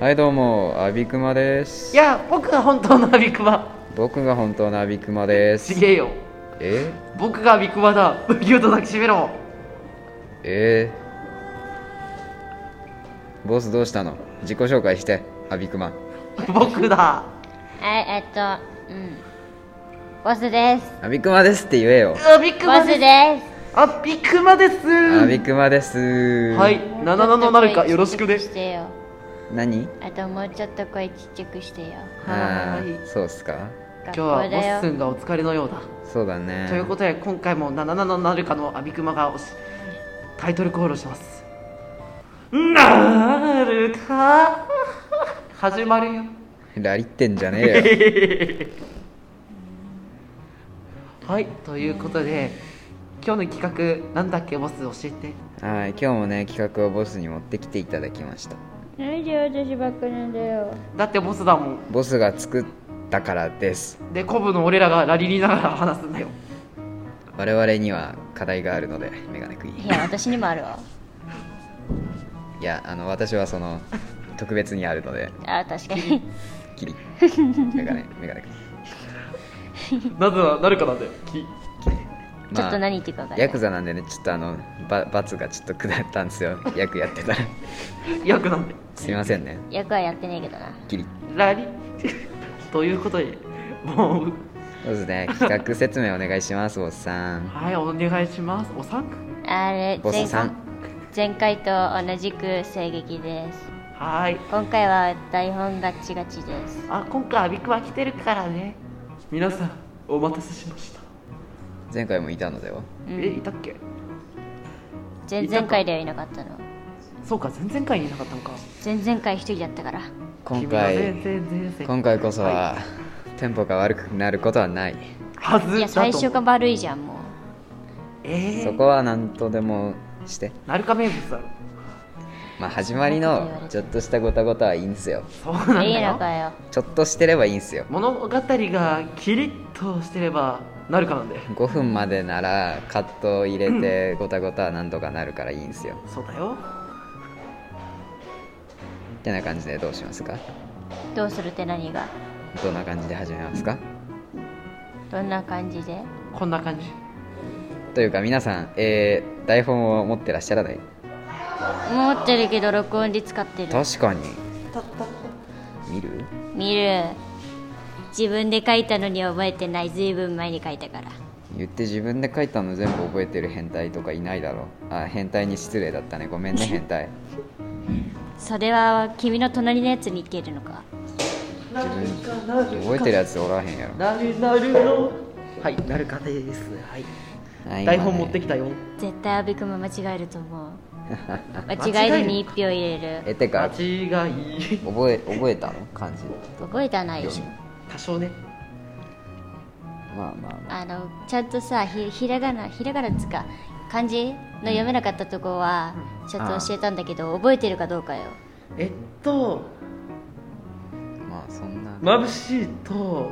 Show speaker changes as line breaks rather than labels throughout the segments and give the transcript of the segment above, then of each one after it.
はいどうもアビクマです
いや僕が本当のアビクマ
僕が本当のアビクマです
ちげえよ
え
僕がアビクマだ武器を叩きしめろ
えー、ボスどうしたの自己紹介してアビクマ
僕だ
はい、えっと、うん。ボスです。
アビクマですって言えよ
アビク
ボ
マ
ス
です
で
アビクマです
アビクマです
はい
す。
77のなるかよろしくね
してよ。
何
あともうちょっと声ちっちゃくしてよ。
あ
はー
ー
い
そうっすか
今
学
日は
校
ボ
だ
ッス
よ。
ンがお疲れのようだ
そうだね
ということで今回も77のなるかのアビクマがおしタイトルコールをしますなるか始まるよ
ラリってんじゃね えよ
はいということで今日の企画なんだっけボス教えて
はい今日もね企画をボスに持ってきていただきました
なんで私ばっかなんだよ。
だってボスだもん
ボスが作ったからです
でコブの俺らがラリリながら話すんだ よ
我々には課題があるのでメガネクイーン
いや、私にもあるわ。
いやあの私はその特別にあるの で
あ、確かに。
キリメガネメガネ
なぜななるかなんだよき
ちょっと何言
まあ
ってるか分かんない。
ヤクザなんでねちょっとあのば罰がちょっと下ったんです よヤクやってたら
役なんだよ
すいませんね
役はやってねえけどな。
キリ
ラリ ということでもう
そうですね企画説明お願いしますおっさん
はいお願いしますおさん
あれ、
ボスさ
前
ん
前回と同じく声撃です。
はい
今回は台本ガチガチです。
あ今回アビクは来てるからね皆さんお待たせしました、
前回もいたのでは
うん
えいたっけ
前々回ではいなかったの。
そうか前々回にいなかったのか
前々回一人だったから。
今
君は
回
全然前々
今回こそは、テンポが悪くなることはない、
はいず
や、
だと思う
最初が悪いじゃん、もう。
え
そ
ー、
こは何とでもして
なるか名物だろ
まあ始まりのちょっとしたごたごたはいいんすよ
そうなんだよ
いいのかよ。
ちょっとしてればいいんすよ
物語がキリッとしてればなるかなんで
5分までならカットを入れてゴタゴタはなんとかなるからいいんですよ
そうだよ
ってな感じでどうしますか
どうするって何が
どんな感じで始めますか
どんな感じで
こんな感じ
というか皆さん、えー台本を持ってらっしゃらない
持ってるけど録音で使ってる
確かに見る
見る自分で書いたのに覚えてないずいぶん前に書いたから
言って自分で書いたの全部覚えてる変態とかいないだろあ変態に失礼だったねご めんね変態
それは君の隣のやつに言っているのか
なるかなる
覚えてるやつおらへんやろ
なるなるのはいなるかですはい、
あ今ね
台本持ってきたよ
絶対阿部君も間違えると思う間違えるに1票入れる
えてか
間違い
覚え覚えたの感じ
覚えてはないでしょ
多少ね
まあまあまあ
あのちゃんとさひひらがなひらがなつか漢字の読めなかったとこはちょっと教えたんだけど覚えてるかどうかよ
えっと
まあそんな
眩しいと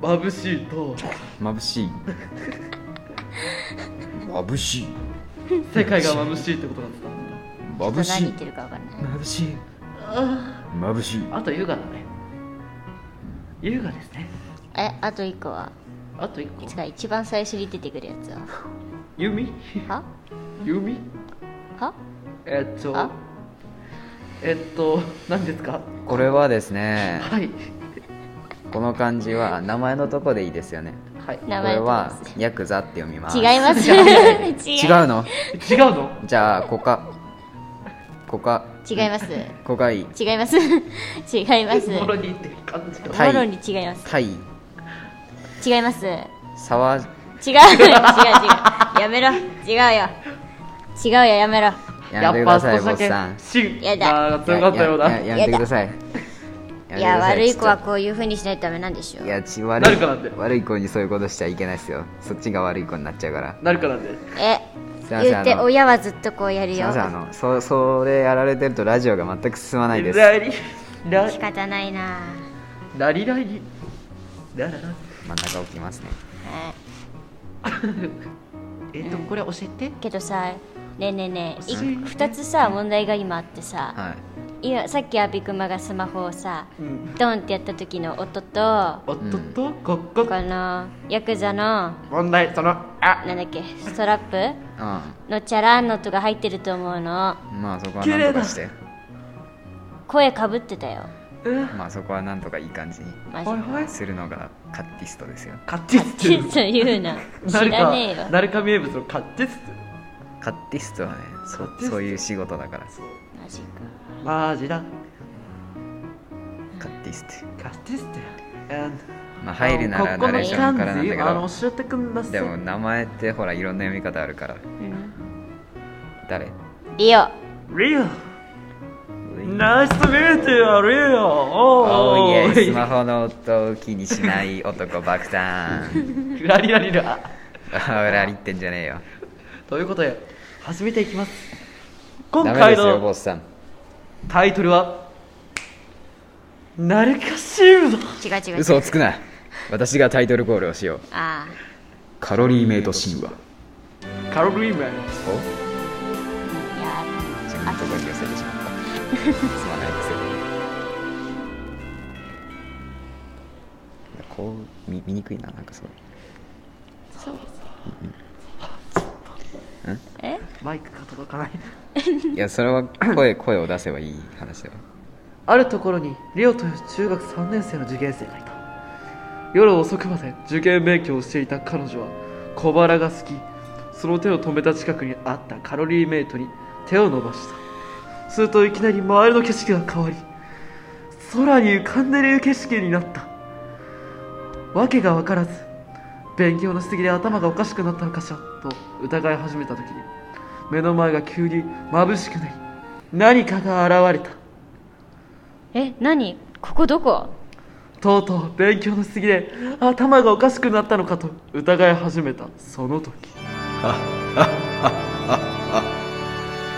眩しいと
眩しい眩しい
世界が眩しいってことなんだった
ちょっと何言ってるか分かんない
眩しい眩しい
あと優雅だね優雅ですね
えあと1個は
あと一個
いつか一番最初に出てくるやつは
弓
は
弓
は
えっと
あ
えっと何ですか
これはですね
はい
この漢字は名前のとこでいいですよね
はい
こ
名前
れ
のとこ
はヤクザって読みます
違います
違
違う
うの
違うの
じゃあコカコカ
違います
コカイ
違います 違います
もろにって感じが
タイ
もろに違います
タイ
違います違う
サワ
違う違うやめろ違うよ違うよやめろ
やめてくださいボスさん
芯
やだ
が強かったよう
や
な
やややめてくださいやめてくださ
いや悪い子は
ちょ
こういう風にしないとダメなんでしょ
っといやち
な
悪
るかなんて
い悪い子にそういうことしちゃいけないですよそっちが悪い子になっちゃうから
なるかなんで
え
すいません
言うて
あの
親はずっとこうやる
すい
よ
ませんあのそそれやられてるとラジオが全く進まないです
ラリラ
仕方ないな
ラリラリラララ
真ん中置きますね
え
えっとこれ教えて
けどさねえねえねえい
うん
2つさ問題が今あってさ
はい
いやさっきアビクマがスマホをさ
うん
ドンってやった時の音と
おっとっとこっこ
このヤクザの
問題そのあ
なんだっけストラップ
あ
のチャランの音が入ってると思うの
あまあそこは
綺
なん
麗だ
とかして
声かぶってたよ
うん
まあそこはなんとかいい感じに
マジ
ほいほい
するのがカッティストですよ
カッチェス
キスと言うな知らねえよ
誰か名物のカッチェス
カッティストはね
カッティ
そ
スト
そういう仕事だから
マジか
マジだ
カッティスト
カッチェスうん
まあ入るならナレーションからなんだけ
あ
ど
の教えてくんなさい
でも名前ってほらいろんな読み方あるから誰
リオ
リオナイスミーティーリオ
お
お
ーいえスマ
ー
ホの音を気にしない男爆 誕
イラリラリラ
裏切ってんじゃねえよ
ということで始めていきます今
ダメで
回
すよボ
の
スさん
タイトルは「ナルカシールド
違う違う違う
嘘をつくな私がタイトルコールをしよう
ああ
カロリーメイト神話」
カロリーメン
お
いや
自分のところに寄せてしまったすまないですよこう見見にくいななんかすごい
え
マイクが届かない
いやそ れは声声を出せばいい話だよ
あるところにリオという中学3年生の受験生がいた夜遅くまで受験勉強をしていた彼女は小腹が好きその手を止めた近くにあったカロリーメイトに手を伸ばしたするといきなり周りの景色が変わり空に浮かんでいる景色になったわけが分からず勉強のしすぎで頭がおかしくなったのかしらと疑い始めた時に目の前が急に眩しくなり何かが現れた
え何ここどこと
うとう勉強のしすぎで頭がおかしくなったのかと疑い始めたその時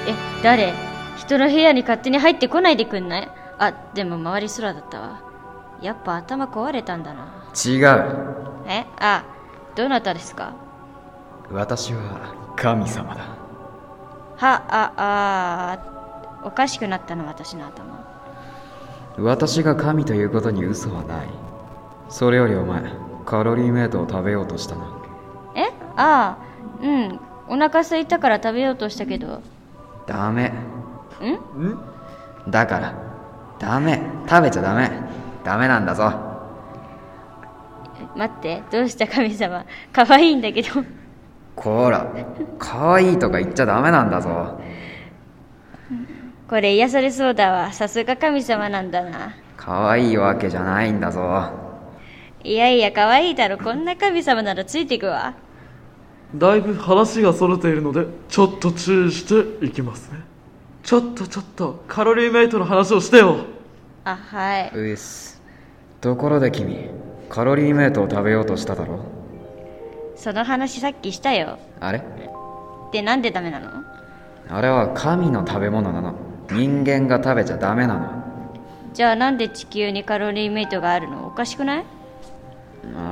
え誰人の部屋に勝手に入ってこないでくんないあでも周り空だったわやっぱ頭壊れたんだな
違う
えあどなたですか
私は神様だ
はああおかしくなったの私の頭
私が神ということに嘘はないそれよりお前カロリーメイトを食べようとしたな
えああうんお腹空いたから食べようとしたけどん
ダメだからダメ食べちゃダメダメなんだぞ
待ってどうした神様可愛いんだけど
こら可愛いとか言っちゃダメなんだぞ
これ癒されそうだわさすが神様なんだな
可愛いわけじゃないんだぞ
いやいや可愛いだろこんな神様ならついていくわ
だいぶ話がそれているのでちょっと注意していきますねちょっとちょっとカロリーメイトの話をしてよ
あはいう
っすところで君カロリーメイトを食べようとしただろ
その話さっきしたよ
あれ
でなんでダメなの
あれは神の食べ物なの人間が食べちゃダメなの
じゃあなんで地球にカロリーメイトがあるのおかしくない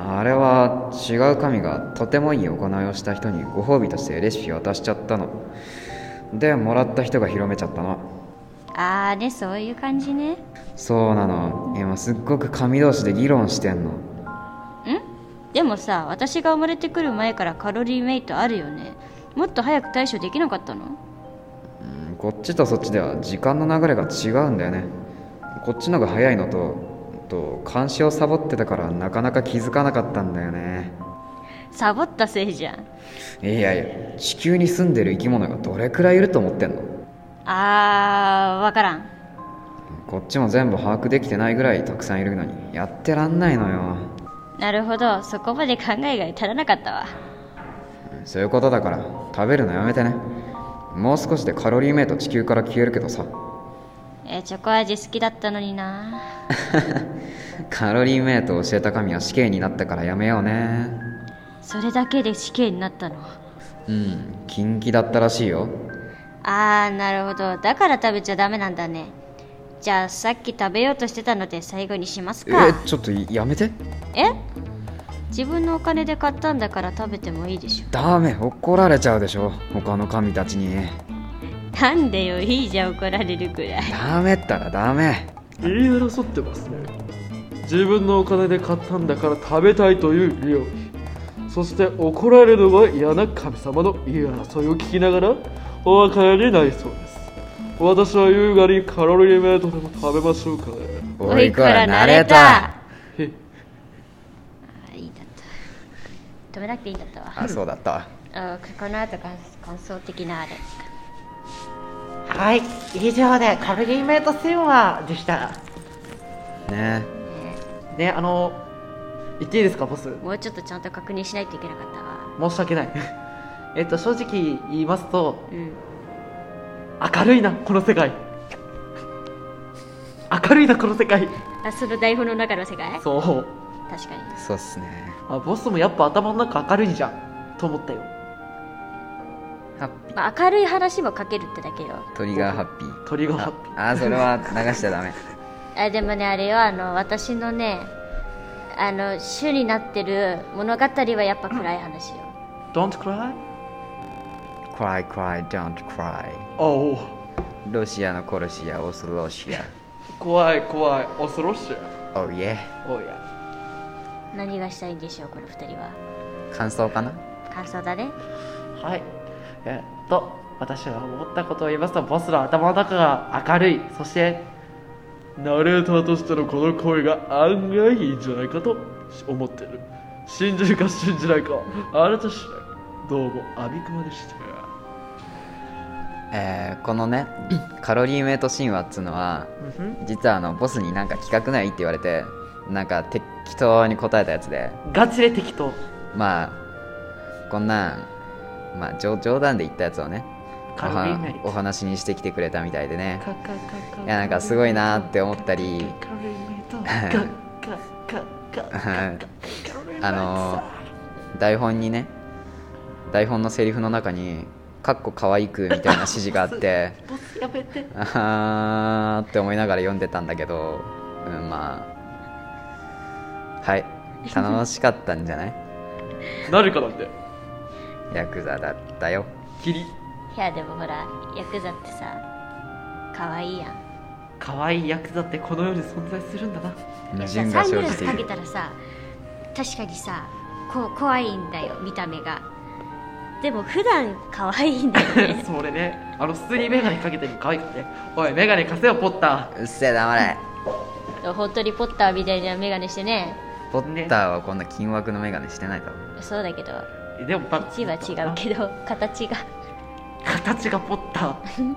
あれは違う神がとてもいい行いをした人にご褒美としてレシピを渡しちゃったのでもらった人が広めちゃったの
ああねそういう感じねん
そうなの今すっごく神同士で議論してんの
でもさ私が生まれてくる前からカロリーメイトあるよねもっと早く対処できなかったの
うんこっちとそっちでは時間の流れが違うんだよねこっちのが早いのとと監視をサボってたからなかなか気づかなかったんだよね
サボったせいじゃん
いやいや地球に住んでる生き物がどれくらいいると思ってんの
あーわからん
こっちも全部把握できてないぐらいたくさんいるのにやってらんないのよ
なるほどそこまで考えが至らなかったわ
そういうことだから食べるのやめてねもう少しでカロリーメイト地球から消えるけどさ
えーチョコ味好きだったのにな
カロリーメイトを教えた神は死刑になったからやめようね
それだけで死刑になったの
うん近畿だったらしいよ
あーなるほどだから食べちゃダメなんだねじゃあさっき食べようとしてたので最後にします
え
か
ちょっとやめて
え自分のお金で買ったんだから食べてもいいでしょ
ダメ怒られちゃうでしょ他の神たちに
なんでよいいじゃん怒られるくらい
ダメったらダメ
言い争ってますね自分のお金で買ったんだから食べたいという料理そして怒られるのは嫌な神様の言い争いを聞きながらお別れになりそうです私は優雅にカロリーメイトでも食べましょうかね
おいこら慣れ た
へ
あいいんだった止めなくていいんだったわ
あそうだった
あこの後感感想的なあれ
はい、以上でカロリーメイトセンはでした。
ね
ねあの言っていいですかボス
もうちょっとちゃんと確認しないといけなかったわ
申し訳ない えっと正直言いますと
うん
明るいなこの世界明るいなこの世界
あその台本の中の世界
そう
確かに
そうっすね
あボスもやっぱ頭の中明るいじゃんと思ったよ
ハッピー
まあ、明るい話も書けるってだけよ
トリガーハッピー
トリガーハッピー
ああそれは流しちゃダメ
あでもねあれよあの私のねあの主になってる物語はやっぱ暗い話よ
Don't cry?
Cry cry don't cry
おお
ロシアの殺し屋オスロシア
怖い怖い恐ろしい
Oh yeah
おいや
何がしたいんでしょうこの二人は
感想かな
感想だね
はいえっと私が思ったことを言いますとボスの頭の中が明るいそしてナレーターとしてのこの声が案外いいんじゃないかと思ってる信じるか信じないかあなた次第どうもアビクマでした
えーこのねカロリーメイト神話っつうのは実はあのボスになんか企画ないって言われてなんか適当に答えたやつで
ガチで適当
まあこんなん、まあ、冗冗談で言ったやつをねお
カロリーメイ
は
ト
お話にしてきてくれたみたいでね
カカカカ
いやなんかすごいなーって思ったり
カロリーメイトカカカカカ
はい
カロリーメイ ト
あの台本にね台本のセリフの中に「かっこかわいく」みたいな指示があって
ボスやめて
あーって思いながら読んでたんだけど、うん、まあはい楽しかったんじゃない
誰かなんて
ヤクザだったよ
霧
いやでもほらヤクザってさ可愛いやん
可愛いヤクザってこの世に存在するんだな
矛
さ
盾が
サング
生
ラ
じ
ス
て
か
い
け
る
たらさ確かにさこう怖いんだよ見た目がでも普段可愛いんだよ ね
それねあの普通にメガネかけてるの可愛くておいメガネ貸せよポッタ
うっせえ黙れ
本当にポッターみたいな眼鏡してね
ポッターはこんな金枠の眼鏡してないだろ
そうだけど
ーでも
字は違うけど形が
形がポッタ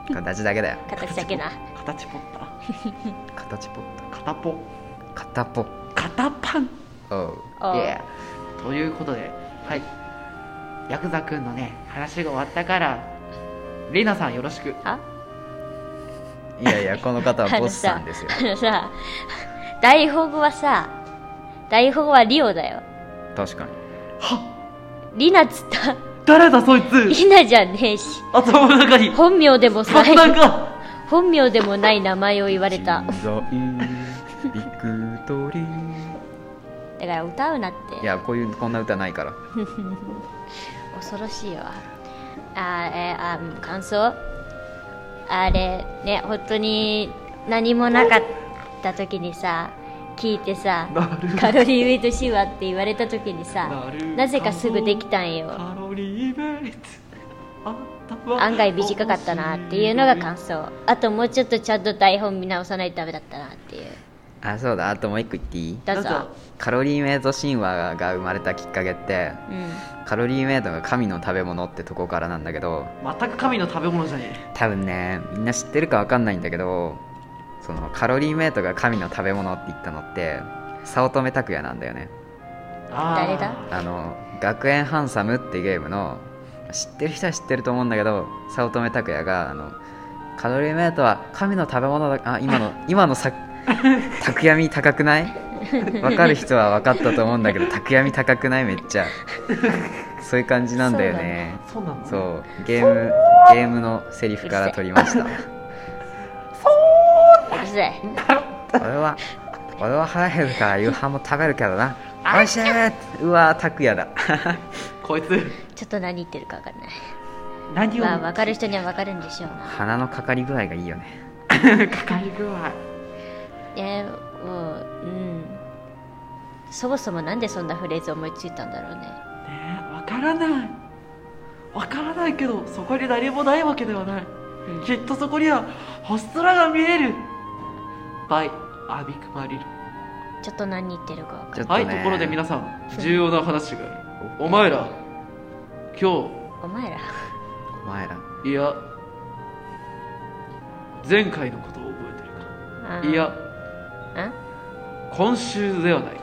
ー
形だけだよ
形だけな
形ポッター
形ポッタ
片ポ
ー片ポ
片パン
おう
おう
Yeah ということではいヤクザくんのね話が終わったからリナさんよろしく
あ
いやいやこの方
あ
は
の
ボスさん
さ
ですよ
あの さ大本はさ大本はリオだよ
確かに
はっ
リナっつった
誰だそいつ
リナじゃねえし
頭の中 に
本名でも
爆
ない
弾が
本名でもない名前を言われただ
ビクトリー
から歌うなって
いやこういうこんな歌ないから
恐ろしいわあーえーあーうん感想あれね本当に何もなかった時にさ聞いてさ
なる
カロリーウェイトシワって言われた時に
な
さ
るほど
なぜかすぐできたんよ
カロリーメイト
案外短かったなっていうのが感想あともうちょっとちゃんと台本見直さないとダメだったなっていう
あそうだあともう一個言っていい
どうぞ
どうぞ
カロリーメイト神話が生まれたきっかけって
うん
カロリーメイトが神の食べ物ってとこからなんだけど
全く神の食べ物じゃね
多分ねみんな知ってるかわかんないんだけどそのカロリーメイトが神の食べ物って言ったのって早乙女拓也なんだよね
えあー
誰だ
あの学園ハンサムってゲームの知ってる人は知ってると思うんだけど早乙女拓也があのカロリーメイトは神の食べ物だあ今 の今のさ拓闇高くない分かる人は分かったと思うんだけど拓闇高くないめっちゃそういう感じなんだよね
そうなの
そう
う
ゲームゲームのセリフから取りました
うるせえ
俺は俺は腹減るから夕飯も食べるけどなおいしいうわ拓也だ
こいつ
ちょっと何言ってるかわかんない
何を
まあ分かる人には分かるんでしょうな
鼻のかかり具合がいいよね
かかり具合
でもううんそもそもなんでそんなフレーズ思いついたんだろうね
ねえわからないわからないけどそこに何もないわけではない
うん
きっとそこには星空が見えるバイアビクマリル
ちょっと何言ってるか分か
ちょ
る
っと
は
ね
いところで皆さん重要な話があるお前ら今
お前ら
お前ら
日いや前回のことを覚えてる
あ
か
ー
いや
あ
今週ではないか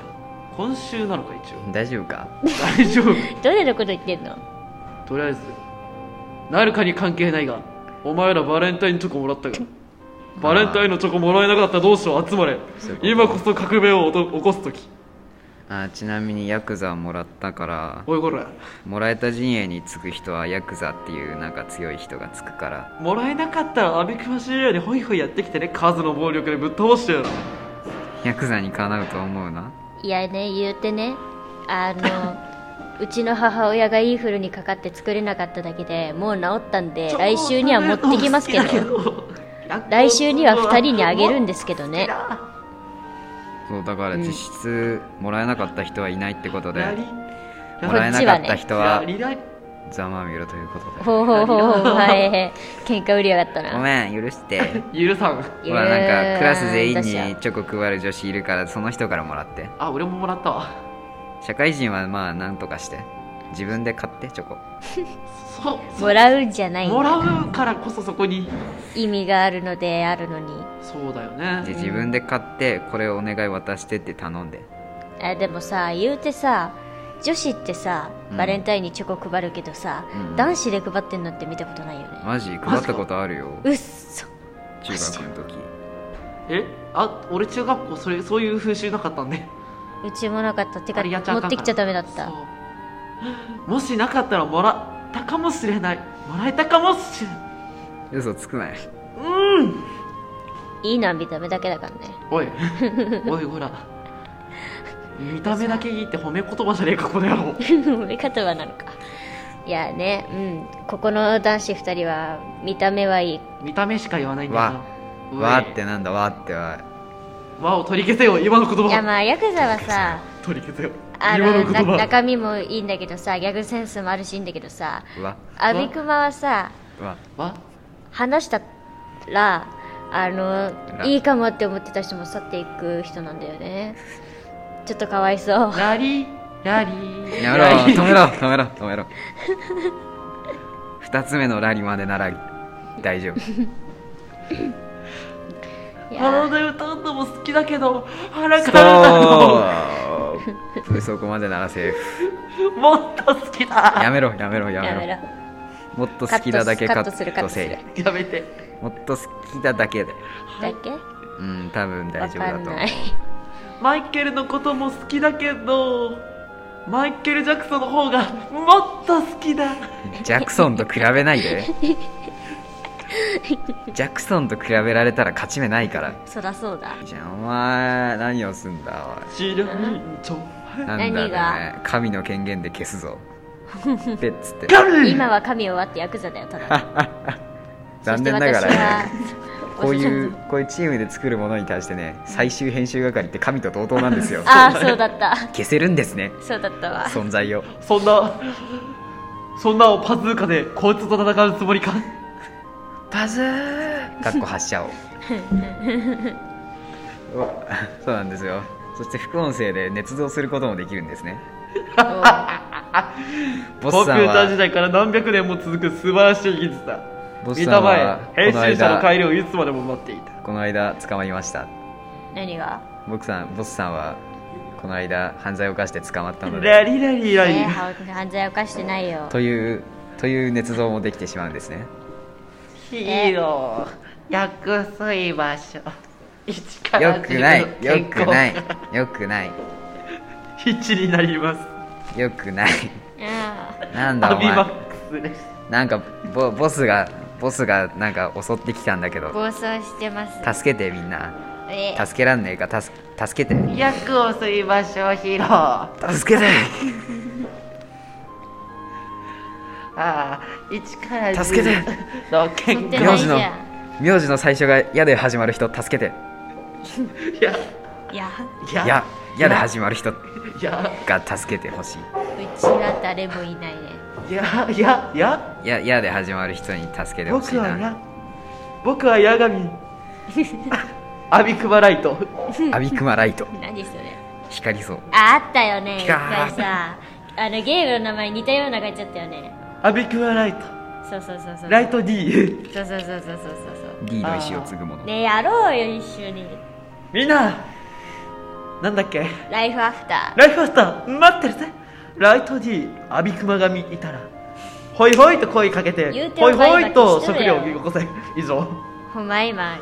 今週なのか一応
大丈夫か
大丈夫
どれのこと言ってんの
とりあえずなるかに関係ないがお前らバレンタインチョコもらったがバレンタインのチョコもらえなかったらどうしよう集まれ
そういうこと
今こそ革命をおと起こす時
あちなみにヤクザもらったから
おいこら
もらえた陣営につく人はヤクザっていうなんか強い人がつくから
もらえなかったらアビクマシエアにホイホイやってきてね数の暴力でぶっ倒してやる
ヤクザにかなうと思うない
やね言うてね あのうちの母親がインフルにかかって作れなかっただけでもう治ったんで来週には持ってきますけど来週には2人にあげるんですけどね
そうだから実質もらえなかった人はいないってことで、
ラリ
もらえなかった人は
ラリラリ
ざまあみろということで
ほうほうほうほうはい喧嘩売りやがった
ご
な
めん許して
許さん
ほらなんかクラス全員
いやー
にチョコ配る女子いるからその人からもらって
あ俺ももらったわ
社会人はまあなんとかして自分で買ってチョコ
そう
もらうんじゃないんだ
もらうからこそそこに
意味があるのであるのに
そうだよね
で自分で買ってこれをお願い渡してって頼んで
あでもさ言うてさ女子ってさバレンタインにチョコ配るけどさ、
うん
男子で配ってんのって見たことないよね、
マジ配ったことあるよ
うっそ
中学の時
えあ俺中学校それそういう風習なかったんで
うちもなかったてか
あれやっちゃあ
持
かん
ってきちゃダメだった
そうもしなかったらもらったかもしれないもらえたかもしれない
嘘つくない
いいな見た目だけだからね
おいおいほら見た目だけいいって褒め言葉じゃねえかこの野郎
見方はなのかいやねうんここの男子2人は見た目はいい
見た目しか言わないんだ
わ
よ
わーってなんだわーっては
わを取り消せよ今の言
いや
葉
まあヤクザはさ
取り消せよ
あ
今の
の
言
な
葉
中身もいいんだけどさギャグセンスもあるしいいんだけどさ
わ
アビクマはさ
わ
わ
話したらあの
ら
いいかもって思ってた人も去っていく人なんだよねちょっとかわいそう
ラリラリ
やめろ
ラリ
止めろ止めろ止めろ二つ目のラリまでなら大丈夫
い
鼻
や
で歌うのも好きだけど腹から歌うのも
そうそこまでならセーフ
もっと好きだ
やめろやめろやめ
や
ろ
めろ
もっと好きだだけ
カ
カ
ットする
ットせい
カットす
やめて
もっと好きだだけで
だっけ
うん多分大
わ
丈夫だ
か
と
ん
思う
ない
マイケルのことも好きだけどマイケル・ジャクソンの方がもっと好きだ
ジャクソンと比べないでジャクソンと比べられたら勝ち目ないから
そらそうだ
じゃあお前何をすんだ
知らんちょ
おいなんだ
何が
ね神の権限で消すぞ ペッつって
今は神を割ってヤクザだよただの
残念なが
そして
らね
私は
こういうこういうチームで作るものに対してね最終編集係って神と同等なんですよ
ああそうだった
消せるんですね
そうだったわ
存在を
そんなそんなをパズーカでこいつと戦うつもりか
パズーかっこ発 射をおそうなんですよそして副音声で捏造することもできるんですねボ
コン
ス
ピ
さ
ュ
ん
ーター時
は
代から何百年も続く素晴らしい技術だ
ボス
見
さ
た
ん
ま
はこ
え編
の
集者の
間
改良をいつまでも待っていた
この間捕まりました
何が
僕さんボスさんはこの間犯罪を犯して捕まったので
ラリラリラリ、
えーは犯罪犯してないよ
というという捏造もできてしまうんですね
ヒーロー薬水場所一から
よくないよくない
健康
よくない
ヒッチになります
よくない
あ
なんだ
ア
お
ビ
前
マックスです
なんかボボスがボスがなんか襲ってきたんだけ
あ
ど
暴走してます
助けてみんな
えー
助けらんねえか助助けて
薬を水場所ヒーロー
助けて
ああ1から10
助けて
の
乗
見
って
い
な
名
い
字
じ
の
ゃ
名字の最初が「や」で始まる人助けて
いや
んいや
「
い
や」
や
やで始まる人
いや
が助けてほしいう
ちは誰もいないね
いやいやいや
「や」やで始まる人に助けてほし
僕
い
は
な
や僕はヤガミアビクバライト
アビクマライト
何それ
光りそう
ああったよね
ピ
一
カ
回さあのゲームの名前似たようなのがちゃったよね
アビクバライト
そうそうそうそう
ライト D
そうそうそうそうそうそ
D の石を継ぐも
う
の
ねえやろうよ一緒に
みんななんだっけ
ライフアフタ
ライフアフター待ってるぜライト D アビクマガミいたらホイホイと声かけ
言う
て
て
ホイ
る場合
ホ
は
イ
消
と
しと
食
る
料
や
を
ろ
よこせ以上
ーほんま今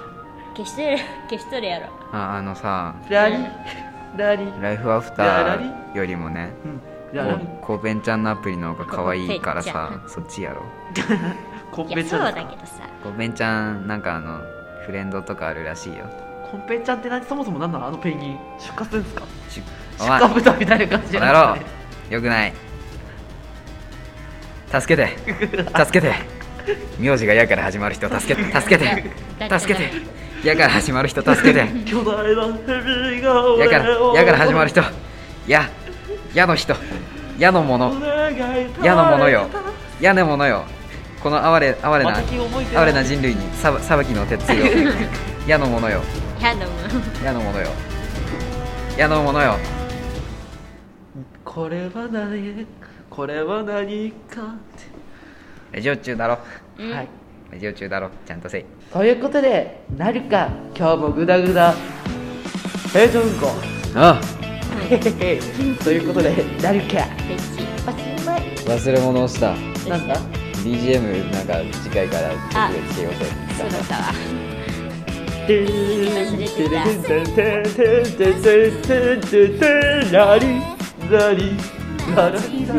消しとる 消しとるやろ
ああのさ
ラリラリ
ライフアフターよりもね
うん
こ
ラリ
うこうべんちゃんのアプリの方が可愛いからさそっちやろ
コン
いや
ペち
そう
ゃ
だ
ん
けどさ
こうべんちゃんなんかあのフレンドとかあるらしいよ
コンペちゃんって何そもそも何なのあのペンギン出荷するんですか
し
出
お前
荷豚みたいな感じ
こ
じゃ
の野
な
郎
いですかね
よくない助け て助けて名字が「や」から始まる人助けて 助け
だ
て
だ
助けて「や」から始まる人助けて 「
巨大なヘビが
や」か
俺
ら「
を
や」から始まる人「や」「や」の人「や」のも
お
の
願い
「や」のものよ「や」のものよこの哀れ哀れ
ま
な
た気覚えて
哀れな人類にさば裁きの鉄槌を「や」のものよ
やだもん
「や」のものよ「や」のものよ
これは何これは何かって
ラジオ中だろ
うん
はい
ラジオ中だろちゃんとせい
ということでなるか今日もグダグダ平常運行
あ
へへへということでなるか
別に
忘れ物をした
なんだ
BGM なんか次回から
あ
ちょっとつけようぜ
そうだった わ
てんて れてんてんてんてんてんてんてんてんラリラリラララリ
ダ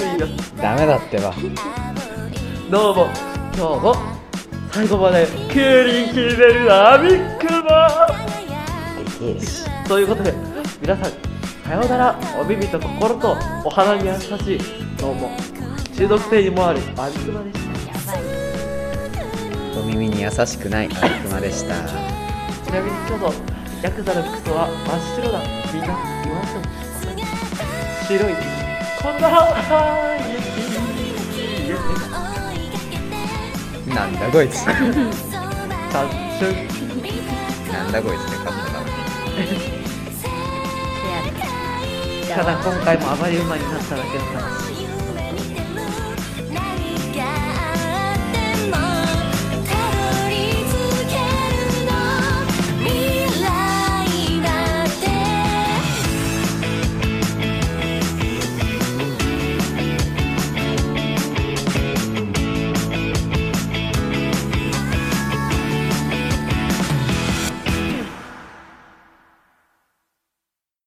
メだってば
どうも今日も最後までクーリーキーベルアビックマということで皆さんさようならお耳と心とお花に優しいどうも中毒性にもあるアビックマでした
やばい
お耳に優しくないあくまでした
ちなみに今日のヤクザの服装は真っ白だみんな言わんといて白いこんなは雪
なんだこいつ
単純
なんだこいつでカットだ
せや
ただ今回もあまり馬になっただけの話